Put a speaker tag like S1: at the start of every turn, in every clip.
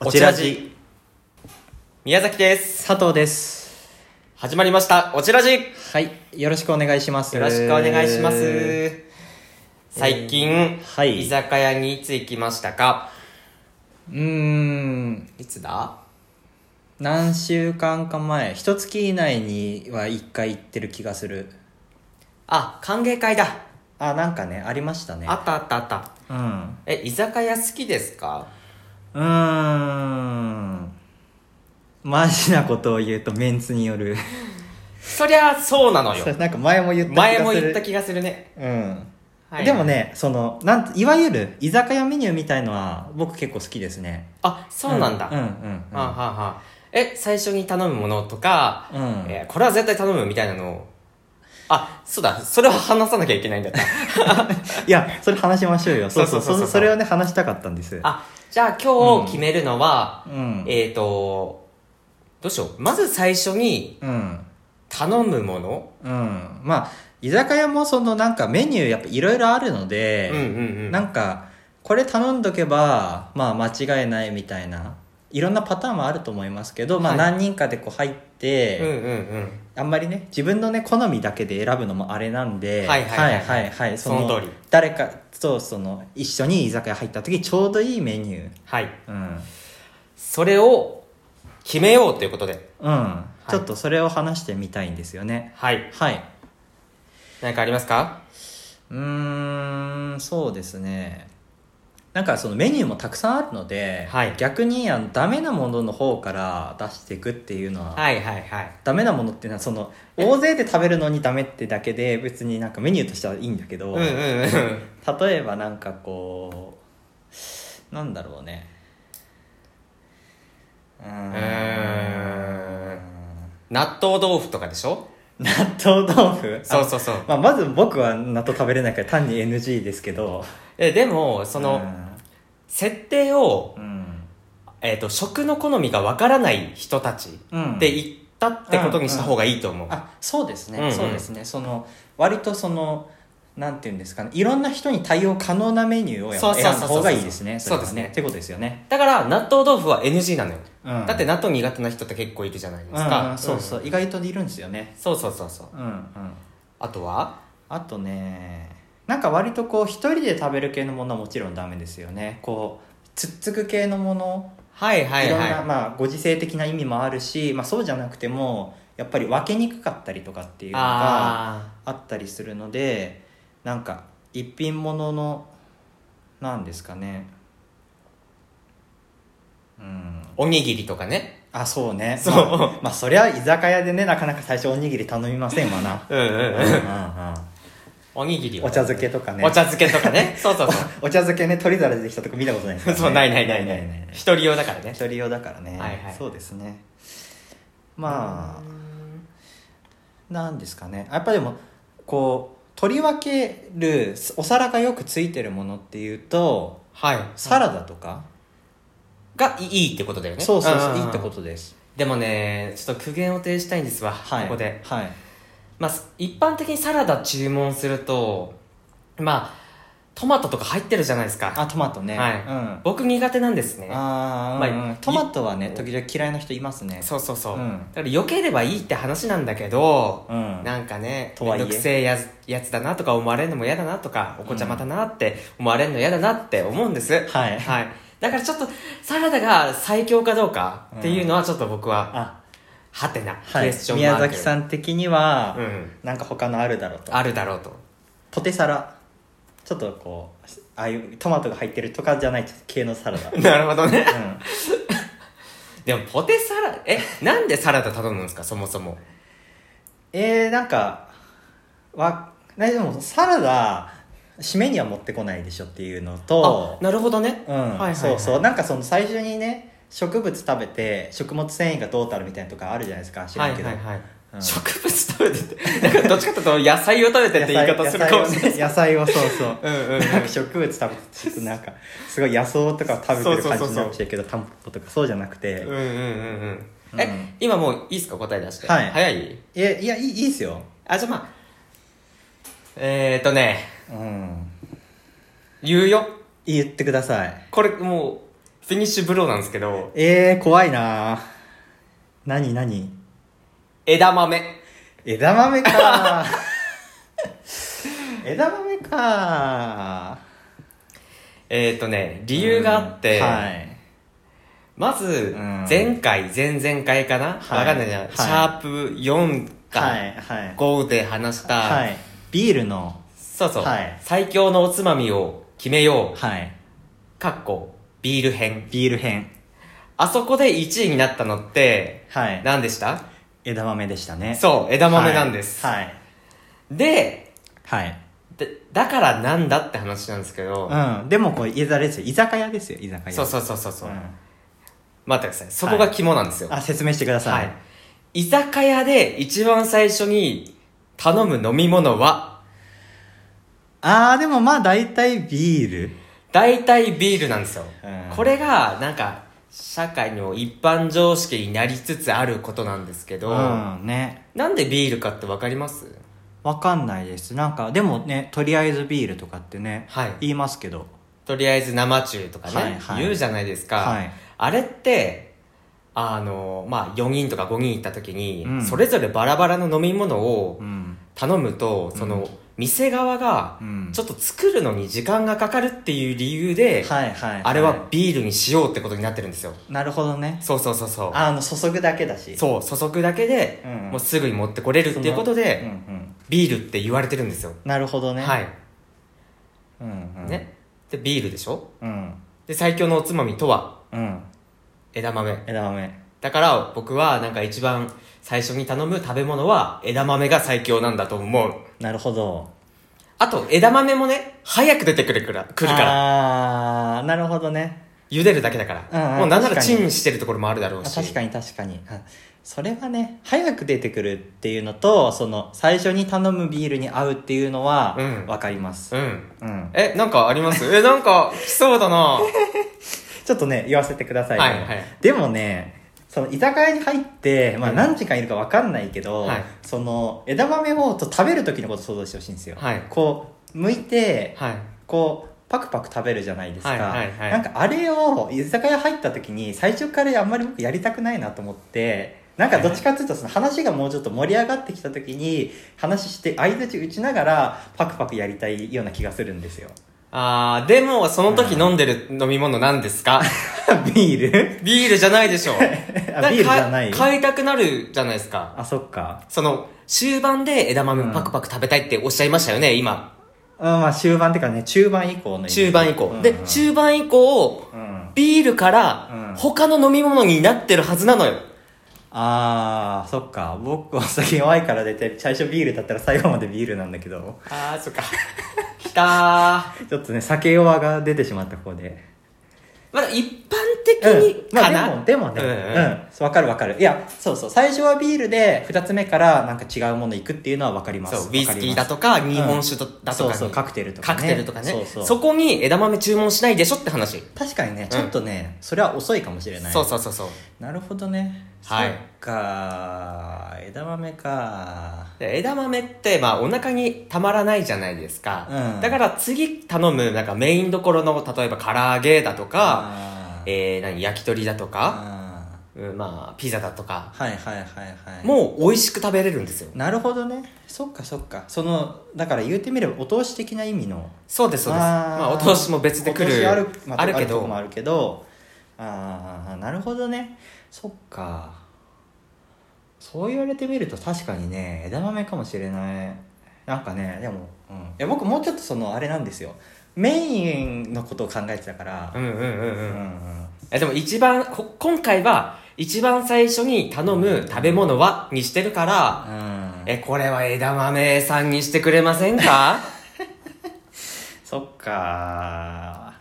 S1: おちらじ
S2: 宮崎です
S1: 佐藤です
S2: 始まりましたおちらじよ
S1: はいよろしくお願いします
S2: ろしくお願いします最近、
S1: はい
S2: 居酒屋にいつ行きましたか
S1: うーん
S2: いつだ
S1: 何週間か前一月以内には1回行ってる気がする
S2: あ歓迎会だ
S1: あなんかねありましたね
S2: あったあったあった
S1: うん
S2: え居酒屋好きですか
S1: うーんマジなことを言うとメンツによる
S2: そりゃそうなのよ
S1: それ なんか前も言った気がす
S2: 前
S1: る
S2: も言った気がするね
S1: うん
S2: はい
S1: でもねそのなんいわゆる居酒屋メニューみたいのは僕結構好きですね
S2: あそうなんだ、
S1: うんうんうん
S2: はあはあはあえ最初に頼むものとか、
S1: うん
S2: えーこれは絶対頼むみたいなのをあそうだそれは話さなきゃいけないんだった
S1: いや、それ話しましょうよ。そうそう
S2: そうそう
S1: そ。
S2: そうう
S1: それをね、話したかったんです。
S2: あじゃあ今日決めるのは、
S1: うん。
S2: えっ、とどうしようまず最初に
S1: うん。
S2: 頼むもの、
S1: うん。まあ、居酒屋もそのなんかメニューやっぱいろいろあるので、
S2: うんうんうん
S1: なんか、これ頼んどけば、まあ間違いないみたいな、いろんなパターンはあると思いますけど、まあ
S2: はい
S1: 何人かでこう入っ
S2: うんうん
S1: て、
S2: うん
S1: あんまりね、自分のね、好みだけで選ぶのもあれなんで、
S2: はいはいはい
S1: はいはい
S2: その通り。
S1: 誰かとその、一緒に居酒屋入った時ちょうどいいメニュー。
S2: はい
S1: うん。
S2: それを決めようということで
S1: うん、
S2: い
S1: ちょっとそれを話してみたいんですよね
S2: はい
S1: はい
S2: 何かありますか
S1: うーんそうですねなんかそのメニューもたくさんあるので、
S2: はい
S1: 逆にあのダメなものの方から出していくっていうのは、
S2: はいはいはい
S1: ダメなものっていうのはその大勢で食べるのにダメってだけで別になんかメニューとしてはいいんだけど、
S2: うんうんうん
S1: 例えばなんかこうなんだろうねうーん
S2: うーん納豆豆腐とかでしょ
S1: 納豆豆腐
S2: そうそうそう
S1: まあ、まず僕は納豆食べれないから単に NG ですけど
S2: えでもそ
S1: そ
S2: の設定を
S1: う、ん
S2: えー、と食の好みがわからない人たち
S1: うん
S2: で行ったってことにした方がいいと思う、
S1: あそうですね、
S2: うんうん
S1: そうですねその割とそのなんていうんですかねいろんな人に対応可能なメニューをやっぱ
S2: そうそ
S1: 選
S2: うそ
S1: ん
S2: う
S1: だ
S2: そう
S1: 方がいいですねれは
S2: そうですね
S1: ってことですよね、
S2: だから納豆豆腐は NG なのよ、
S1: うん
S2: だって納豆苦手な人って結構いるじゃないです
S1: うん
S2: か、
S1: うんそうそう、
S2: ん
S1: 意外といるんですよね
S2: そうそうそうそう
S1: うんうん
S2: あとは
S1: あとねなんか割とこう一人で食べる系のものはもちろんダメですよねこうつっつく系のもの
S2: はいはい
S1: いろん
S2: はい
S1: な、まあ、ご時世的な意味もあるし、まあ、そうじゃなくてもやっぱり分けにくかったりとかっていうのが
S2: あ
S1: あったりするのでなんか一品物のなんですかねうん
S2: ーおにぎりとかね
S1: あそうね
S2: そう
S1: まあ、まあそりゃ居酒屋でねなかなか最初おにぎり頼みませんわ な
S2: うんうん
S1: うん
S2: う
S1: うん
S2: ん
S1: う
S2: おにぎり
S1: ん
S2: は
S1: お茶漬けとかね
S2: お茶漬けと かねそうそうそ
S1: お茶漬けね取り皿でできたとこ見たことないですから
S2: う
S1: ね
S2: そうないないないな
S1: ない
S2: い一人用だからね
S1: 一人用だからね、
S2: はいはい
S1: そうですねまあなんですかねやっぱでもこう取り分けるお皿がよくついてるものっていうと
S2: はい
S1: サラダとか、
S2: がいいってことだよね
S1: そうそうそう、
S2: んんん
S1: いいってことです
S2: でもねちょっと苦言を呈したいんですわ、
S1: はい
S2: ここで
S1: はい
S2: まあ一般的にサラダ注文するとまあトマトとか入ってるじゃないですか
S1: あトマトね
S2: はい
S1: うん
S2: 僕苦手なんですね
S1: あー、うんうん
S2: まあ
S1: トマトはね
S2: い
S1: 時々嫌いな人いますね
S2: そうそうそう、
S1: うん
S2: だから良ければいいって話なんだけど、
S1: うん
S2: なんかね
S1: とは
S2: め
S1: い
S2: ん
S1: え
S2: どくせえやつやつだなとか思われるのも嫌だなとかお子ちゃまだなって思われるの嫌だなって思うんです、
S1: はい
S2: はい、だからちょっとサラダが最強かどうかっていうのはちょっと僕は、
S1: あ
S2: はてな、
S1: はい
S2: クエスチョンマー
S1: 宮
S2: ク
S1: 崎さん的には、
S2: うん
S1: なんか他のあるだろうと
S2: あるだろうと
S1: ポテサラちょっとこうああいうトマトが入ってるとかじゃないちょっと系のサラ ダ
S2: なるほどね
S1: うん
S2: でもポテサラえなんでサラダ頼むんですかそもそも
S1: えー、なんかわなでもサラダ締めには持ってこないでしょっていうのと
S2: あなるほどね
S1: うん、
S2: はいはいはい
S1: そうそうなんかその最初にね植物食べて食物繊維がどうたるみたいなとかあるじゃないですか知ら
S2: はい
S1: んけど、
S2: はいはい、
S1: うん
S2: 植物食べててなんかどっちかというと野菜を食べてって言い方するかもしれない
S1: 野菜をね野菜をそうそう
S2: うんうんうん
S1: なんか植物食べてちょっとなんかすごい野草とかを食べてる感じになっちゃうけどタンポポとか そうじゃなくて、
S2: うんうんうんうん
S1: う
S2: え
S1: ん
S2: 今もういいですか答え出して、
S1: はい
S2: 早い
S1: いやいやいいいいですよ
S2: あじゃあまあえー、っとね
S1: うん
S2: 言うよ
S1: 言ってください
S2: これもうフィニッシュブローなんですけど、
S1: えー、怖いな何何
S2: 枝豆。
S1: 枝豆か 枝豆か
S2: えっ、とね、理由があって、
S1: はい
S2: まず
S1: うん、
S2: 前回、前々回かなわ
S1: はい
S2: かんないじゃん。
S1: はい
S2: シャープ4
S1: は
S2: か
S1: いはい
S2: 5で話した、
S1: はいビールの
S2: そうそう、
S1: はい
S2: 最強のおつまみを決めよ。
S1: はいう
S2: かっこ、ビール編。
S1: ビール編
S2: あそこで1位になったのって、
S1: はい
S2: 何でした
S1: 枝豆でしたね
S2: そう、枝豆なんです。
S1: はい
S2: で、
S1: はい、
S2: でだからなんだって話なんですけど、
S1: はいうん、でもこう居酒屋ですよ居酒屋ですよ居酒屋
S2: そうそうそうそうそう、
S1: うん
S2: 待ってくださいそこが肝なんですよ、
S1: あ説明してくださ、
S2: はいい。居酒屋で一番最初に頼む飲み物は、
S1: ああでもまあ大体ビール
S2: 大体ビールなんですよ。
S1: うん
S2: これが、なんか、社会の一般常識になりつつあることなんですけど、
S1: うんね
S2: なんでビールかってわかります
S1: わかんないですなんかでもねとりあえずビールとかってね、
S2: はい
S1: 言いますけど
S2: とりあえず生中とかね、
S1: はいはい
S2: 言うじゃないですか。
S1: はい
S2: あれって、あの、まあ、4人とか5人行った時に、
S1: うん
S2: それぞれバラバラの飲み物を
S1: うん
S2: 頼むと、その、店側が
S1: う、ん
S2: ちょっと作るのに時間がかかるっていう理由で、
S1: はいはい、い
S2: あれはビールにしようってことになってるんですよ。
S1: なるほどね
S2: そうそうそうそう。
S1: あの注ぐだけだし
S2: そう、注ぐだけで、
S1: うんうん
S2: もうすぐに持ってこれるっていうこと
S1: う
S2: で、
S1: んうん
S2: ビールって言われてるんですよ。
S1: なるほどね
S2: はい。
S1: うんうん
S2: ね。で、ビールでしょ
S1: うん
S2: で、最強のおつまみとは、
S1: うん
S2: 枝豆。
S1: 枝豆
S2: だから、僕はなんか一番最初に頼む食べ物は、枝豆が最強なんだと思う。
S1: なるほど
S2: あと、枝豆もね、早く出てくるから、来るから。
S1: ああなるほどね
S2: 茹でるだけだか
S1: うんう
S2: ら。
S1: ん
S2: もうなんなら
S1: 確
S2: チ
S1: かに
S2: ンしてるところもあるだろう
S1: あ
S2: し。
S1: 確かに確かにあそれはね早く出てくるっていうのとその最初に頼むビールに合うっていうのは
S2: うん
S1: わかります、
S2: うん。
S1: うん、
S2: え、なんかありますえ、なんか、来そうだな
S1: ちょっとね言わせてください、ね
S2: はいはい
S1: でもねその居酒屋に入って、まあ、何時間いるか分かんないけど、
S2: はい
S1: その枝豆をと食べる時のことを想像してほしいんですよ、
S2: はい
S1: こう剥いて
S2: はい。
S1: こうパクパク食べるじゃないですか、
S2: はいはいはい
S1: なんかあれを居酒屋入った時に最初からあんまり僕やりたくないなと思ってなんかどっちかっていうとその話がもうちょっと盛り上がってきた時に話して相づち打ちながらパクパクやりたいような気がするん ですよ
S2: あー、でも、その時飲んでる飲み物なんですか
S1: ビール
S2: ビールじゃないでしょ。
S1: あビールじゃない
S2: か買いたくなるじゃないですか。
S1: あそっか
S2: その、終盤で枝豆
S1: うん
S2: パクパク食べたいっておっしゃいましたよね、今。
S1: うん、まあ終盤ってかね、中盤以降の。
S2: 中盤以降。
S1: うん
S2: で、中盤以降、
S1: うん。
S2: ビールか
S1: うん
S2: ら、他の飲み物になってるはずなのよ。
S1: あー、そっか。僕お酒弱いから出て、最初ビールだったら最後までビールなんだけど、
S2: あー、そっ か。きたー。
S1: ちょっとね、酒弱が出てしまった方で。
S2: まだ一般的に
S1: うん、ま
S2: か
S1: あ
S2: な、
S1: でも、でもね、
S2: うん
S1: うん、
S2: うん
S1: そうわかるわかる。いや、そうそう、最初はビールで、二つ目からなんか違うもの行くっていうのはわかります。
S2: そう、ウイスキーだ
S1: わか
S2: とか、
S1: ん
S2: 日本酒とだとか
S1: そう
S2: に、
S1: そうカクテルとかね
S2: カクテルとかね。
S1: そ
S2: そう
S1: そう
S2: こに枝豆注文しないでしょって話。
S1: ります。確かにね、ちょっとね、それは遅いかもしれない。
S2: そうそうそうそう。
S1: なるほどね。
S2: はい
S1: そっか、枝豆か。
S2: で枝豆って、まあ、お腹にたまらないじゃないですか。
S1: うん
S2: だから次頼む、なんかメインどころの、例えば唐揚げだとか、
S1: あー
S2: えー、何、焼き鳥だとか、
S1: あー。
S2: うんまあ、ピザだとか、
S1: はいはいはいはい
S2: もう美味しく食べれるんですよ。
S1: なるほどねそっかそっかそのだから言うてみればお通し的な意味の
S2: そうです、そうです。まあ、お通しも別で来
S1: お通し
S2: る。
S1: ある,、まあ、
S2: あるけ
S1: とこ
S2: ど
S1: も、あるけどああなるほどねそっかそう言われてみると確かにね枝豆かもしれないなんかねでも、うん、いや僕もうちょっとそのあれなんですよメインのことを考えてたから
S2: うんうんうんうん
S1: う。ん
S2: えでも一番こ今回は一番最初に頼む食べ物はにしてるから、
S1: うん
S2: えこれは枝豆さんにしてくれませ んか
S1: そっか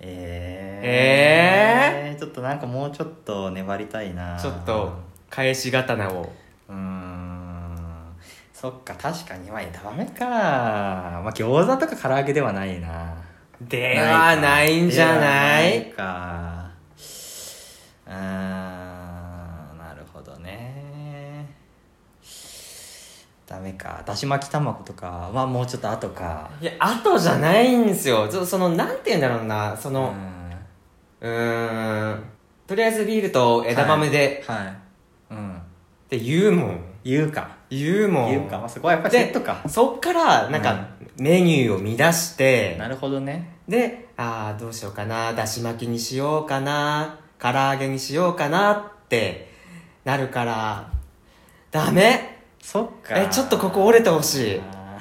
S1: ーえー、えちょっとなんかもうちょっと粘りたいな
S2: ちょっと返し刀を
S1: うーんそっか確かにまあ枝豆かまあ餃子とか唐揚げではないな
S2: ではないんじゃない
S1: ではないかうーんなるほどねダメかだし巻き卵とかはもうちょっと後か
S2: いや後じゃないんですよちょそのなんて言うんだろうなそうの
S1: ん
S2: うん、うーん。とりあえずビールと枝豆で、
S1: はいうん
S2: って言うもん。
S1: 言うか
S2: 言うもん。
S1: 言うか、まあ、そこはやっぱりセ
S2: で
S1: ットか
S2: そっから、なんか、メニューを見出して、
S1: なるほどね
S2: で、ああ、どうしようかな、だし巻きにしようかな、唐揚げにしようかなってなるから、ダメ
S1: そっか
S2: え、ちょっとここ折れてほしい。
S1: あ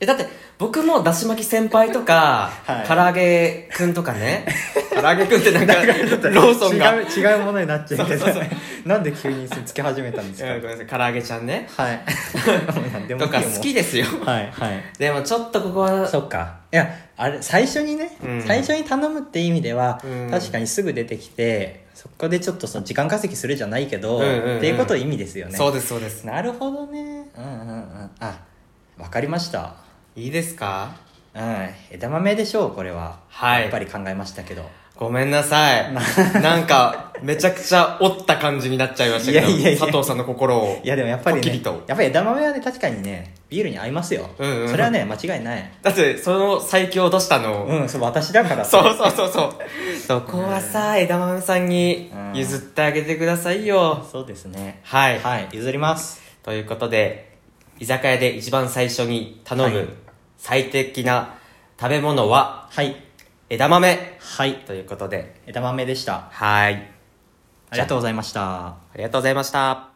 S2: え、だって、僕もだし巻き先輩とか、
S1: はい
S2: 唐揚げくんと かね、唐揚げくんってなんか、
S1: ー
S2: ローソンが、うん
S1: 違う違うものになっちゃうけど
S2: そうそう
S1: なんで急につけ始めたんです
S2: ご
S1: か
S2: めんなさい、唐揚げちゃんね、
S1: はい 何でもい
S2: と
S1: いよ
S2: か好きですよ。
S1: もうはいはい
S2: でもちょっとここは、
S1: そっかいやあれ最初にね、
S2: うん
S1: 最初に頼むって意味では、
S2: うん
S1: 確かにすぐ出てきてそこでちょっとその時間稼ぎするじゃないけど、
S2: うんうんうん
S1: っていうことを意味ですよね
S2: そうです、そうです。
S1: なるほどねうんうんうんあわかりました
S2: いいですか
S1: うん枝豆でしょうこれは
S2: はい
S1: やっぱり考えましたけど
S2: ごめんなさ い。なんか、めちゃくちゃ折った感じになっちゃいましたけど、
S1: いやいやいや
S2: 佐藤さんの心を
S1: い。やでもやっぱり
S2: ポキ
S1: ね
S2: リと
S1: やっぱり枝豆はね確かにねビールに合いますよ、
S2: うんうん
S1: それはね間違いない
S2: だって、その最強出したの、
S1: うんそう私だから
S2: そうそうそ うそう。そこはさ、枝豆さんに譲ってあげてくださいよ。
S1: そうですね
S2: はい。
S1: はい譲ります
S2: ということで、居酒屋で一番最初に頼
S1: はい
S2: む最適な食べ物は
S1: はい
S2: 枝豆
S1: はい
S2: ということで、
S1: 枝豆でした
S2: はい。
S1: ありがとうございました
S2: ありがとうございました。